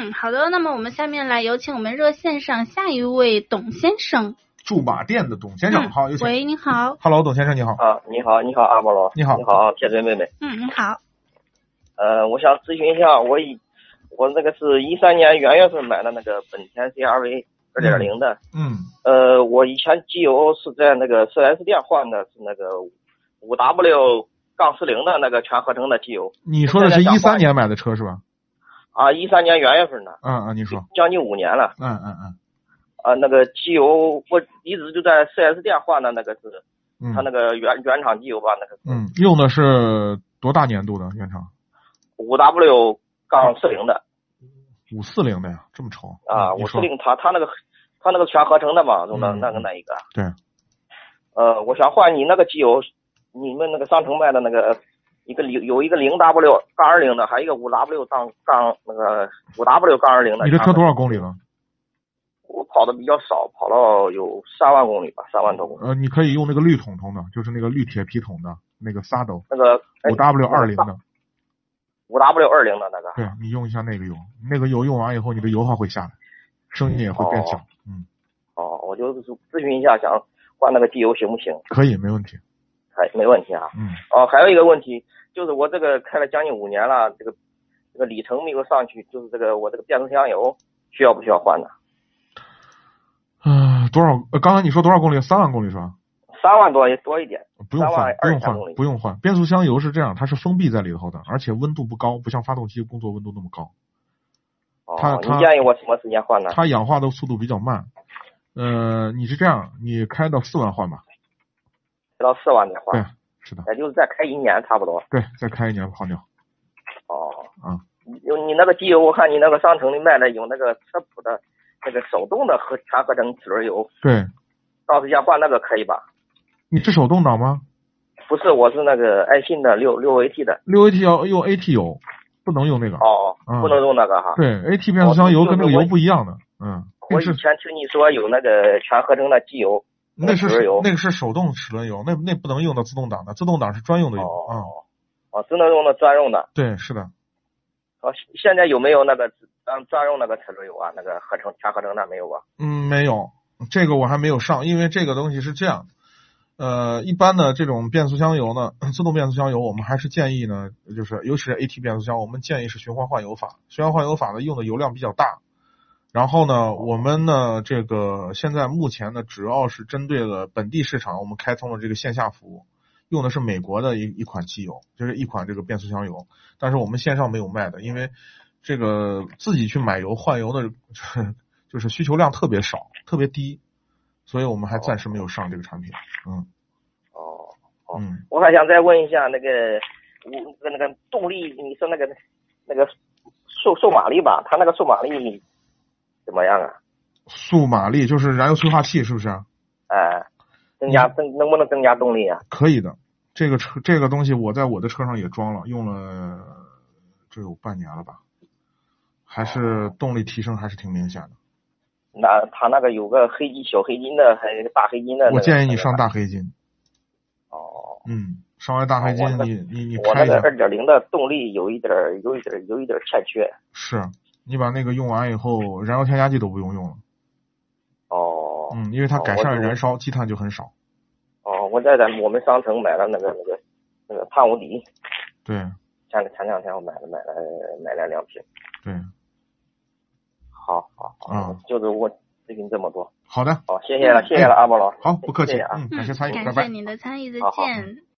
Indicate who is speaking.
Speaker 1: 嗯，好的，那么我们下面来有请我们热线上下一位董先生。
Speaker 2: 驻马店的董先生，好，有请。
Speaker 1: 喂，你好。
Speaker 2: Hello，董先生，你好。
Speaker 3: 啊，你好，你好，阿波罗，
Speaker 2: 你好
Speaker 3: 你好啊，铁锤妹妹。
Speaker 1: 嗯，你好。
Speaker 3: 呃，我想咨询一下，我以我那个是一三年元月份买的那个本田 CRV 二点零的，
Speaker 2: 嗯
Speaker 3: 呃，我以前机油是在那个 4S 店换的，是那个五 W 杠四零的那个全合成的机油
Speaker 2: 你说的是一三年买的车是吧？
Speaker 3: 啊，一三年元月份的，
Speaker 2: 嗯嗯，你说，
Speaker 3: 将近五年了
Speaker 2: 嗯嗯
Speaker 3: 啊，那个机油我一直就在 4S 店换的那个是，
Speaker 2: 嗯
Speaker 3: 它那
Speaker 2: 嗯
Speaker 3: 个原原厂机油吧，那个是
Speaker 2: 嗯，用的是多大年度的原厂？
Speaker 3: 五 W 杠四零的。
Speaker 2: 五四零的呀，这么稠
Speaker 3: 啊，
Speaker 2: 嗯你
Speaker 3: 我是
Speaker 2: 说
Speaker 3: 令他他那个他那个全合成的嘛，用的
Speaker 2: 嗯
Speaker 3: 那个那一个。
Speaker 2: 对。
Speaker 3: 呃，我想换你那个机油，你们那个商城卖的那个一个零有一个零 W 杠二零的，还有一个五 W 杠杠那个五 W 杠二零的。
Speaker 2: 你这车多少公里了？
Speaker 3: 我跑的比较少，跑了有三万公里吧，三万多公里。
Speaker 2: 呃，你可以用那个绿桶桶的，就是那个绿铁皮桶的那个撒斗
Speaker 3: 那个哎
Speaker 2: 五 W 二零的，
Speaker 3: 五 W 二零的那个。
Speaker 2: 对你用一下那个油，那个油用完以后，你的油耗会下来，声音也会变小
Speaker 3: 哦。
Speaker 2: 嗯，
Speaker 3: 哦，我就是咨询一下，想换那个机油行不行？
Speaker 2: 可以，没问题。
Speaker 3: 还没问题啊。
Speaker 2: 嗯
Speaker 3: 哦，还有一个问题就是我这个开了将近五年了，这个这个里程没有上去，就是这个我这个变速箱油需要不需要换呢？
Speaker 2: 啊、多少？呃，刚才你说多少公里？三万公里是吧？
Speaker 3: 三万多也多一点。
Speaker 2: 不用换，不用
Speaker 3: 32,000公
Speaker 2: 换，
Speaker 3: 里
Speaker 2: 不用换。变速箱油是这样，它是封闭在里头的，而且温度不高，不像发动机工作温度那么高，
Speaker 3: 哦
Speaker 2: 他，
Speaker 3: 你
Speaker 2: 他
Speaker 3: 建议我什么时间换呢？
Speaker 2: 它氧化的速度比较慢。呃，你是这样，你开到四万换吧？
Speaker 3: 开到四万再换
Speaker 2: 对，，是的，
Speaker 3: 也就是再开一年差不多。
Speaker 2: 对，再开一年泡妞。
Speaker 3: 哦，
Speaker 2: 嗯
Speaker 3: 你，有你那个机油，我看你那个商城里卖的有那个车谱的那个手动的和全合成齿轮油，
Speaker 2: 对，
Speaker 3: 到时间换那个可以吧？
Speaker 2: 你是手动挡吗？
Speaker 3: 不是，我是那个爱信的六六 AT 的。
Speaker 2: 六 AT 要用 AT 油，不能用那个。
Speaker 3: 哦，
Speaker 2: 嗯
Speaker 3: 不能用那个哈。
Speaker 2: 对，AT 变速箱油跟那个油不一样的，嗯，
Speaker 3: 我
Speaker 2: 那
Speaker 3: 以
Speaker 2: 是
Speaker 3: 前听你说有那个全合成的机油，
Speaker 2: 那是
Speaker 3: 齿轮油
Speaker 2: 那个是手动齿轮油，那那不能用到自动挡的，自动挡是专用的油啊、嗯。
Speaker 3: 哦，哦，只能用的专用的。
Speaker 2: 对，是的，
Speaker 3: 哦，现现在有没有那个专专用那个齿轮油啊？那个合成全合成的没有啊？
Speaker 2: 嗯，没有，这个我还没有上，因为这个东西是这样的。呃，一般的这种变速箱油呢，自动变速箱油，我们还是建议呢，就是尤其是 AT 变速箱，我们建议是循环换油法。循环换油法呢，用的油量比较大。然后呢，我们呢，这个现在目前呢，主要是针对了本地市场，我们开通了这个线下服务，用的是美国的一一款汽油，就是一款这个变速箱油，但是我们线上没有卖的，因为这个自己去买油换油的，就是需求量特别少，特别低，所以我们还暂时没有上这个产品。嗯
Speaker 3: 哦，
Speaker 2: 嗯，
Speaker 3: 我还想再问一下那个，我那个动力，你说那个那个速速马力吧，它那个速马力怎么样啊？
Speaker 2: 速马力就是燃油催化器，是不是啊？
Speaker 3: 哎，
Speaker 2: 嗯
Speaker 3: 增加增能不能增加动力啊？
Speaker 2: 可以的，这个车这个东西我在我的车上也装了，用了这有半年了吧，还
Speaker 3: 哦
Speaker 2: 是动力提升还是挺明显的。
Speaker 3: 那它那个有个黑金小黑金的，还有一个大黑金的那个。
Speaker 2: 我建议你上大黑金，
Speaker 3: 哦。
Speaker 2: 嗯，上完大黑
Speaker 3: 我
Speaker 2: 金
Speaker 3: 那
Speaker 2: 你你你
Speaker 3: 我
Speaker 2: 开
Speaker 3: 那
Speaker 2: 一
Speaker 3: 个
Speaker 2: 下，
Speaker 3: 二点零的动力有一点儿，有一点儿，有一点儿欠缺。
Speaker 2: 是你把那个用完以后，燃油添加剂都不用用了，
Speaker 3: 哦，
Speaker 2: 嗯，因为它
Speaker 3: 哦
Speaker 2: 改
Speaker 3: 我
Speaker 2: 善
Speaker 3: 懂
Speaker 2: 燃烧积碳就很少。
Speaker 3: 哦，我在咱我们商城买了那个那个那个帕无迪，
Speaker 2: 对
Speaker 3: 前前两天我买了买了买了两瓶。
Speaker 2: 对，
Speaker 3: 好好好，
Speaker 2: 嗯
Speaker 3: 就是我咨询这么多。
Speaker 2: 好的，
Speaker 3: 好，谢谢了，谢谢了，阿波罗。
Speaker 2: 好，不客气，
Speaker 3: 谢谢啊
Speaker 2: 嗯，
Speaker 1: 嗯，
Speaker 2: 感谢参与，拜
Speaker 1: 感
Speaker 2: 拜
Speaker 1: 谢。您的参与，再
Speaker 3: 好好
Speaker 1: 见。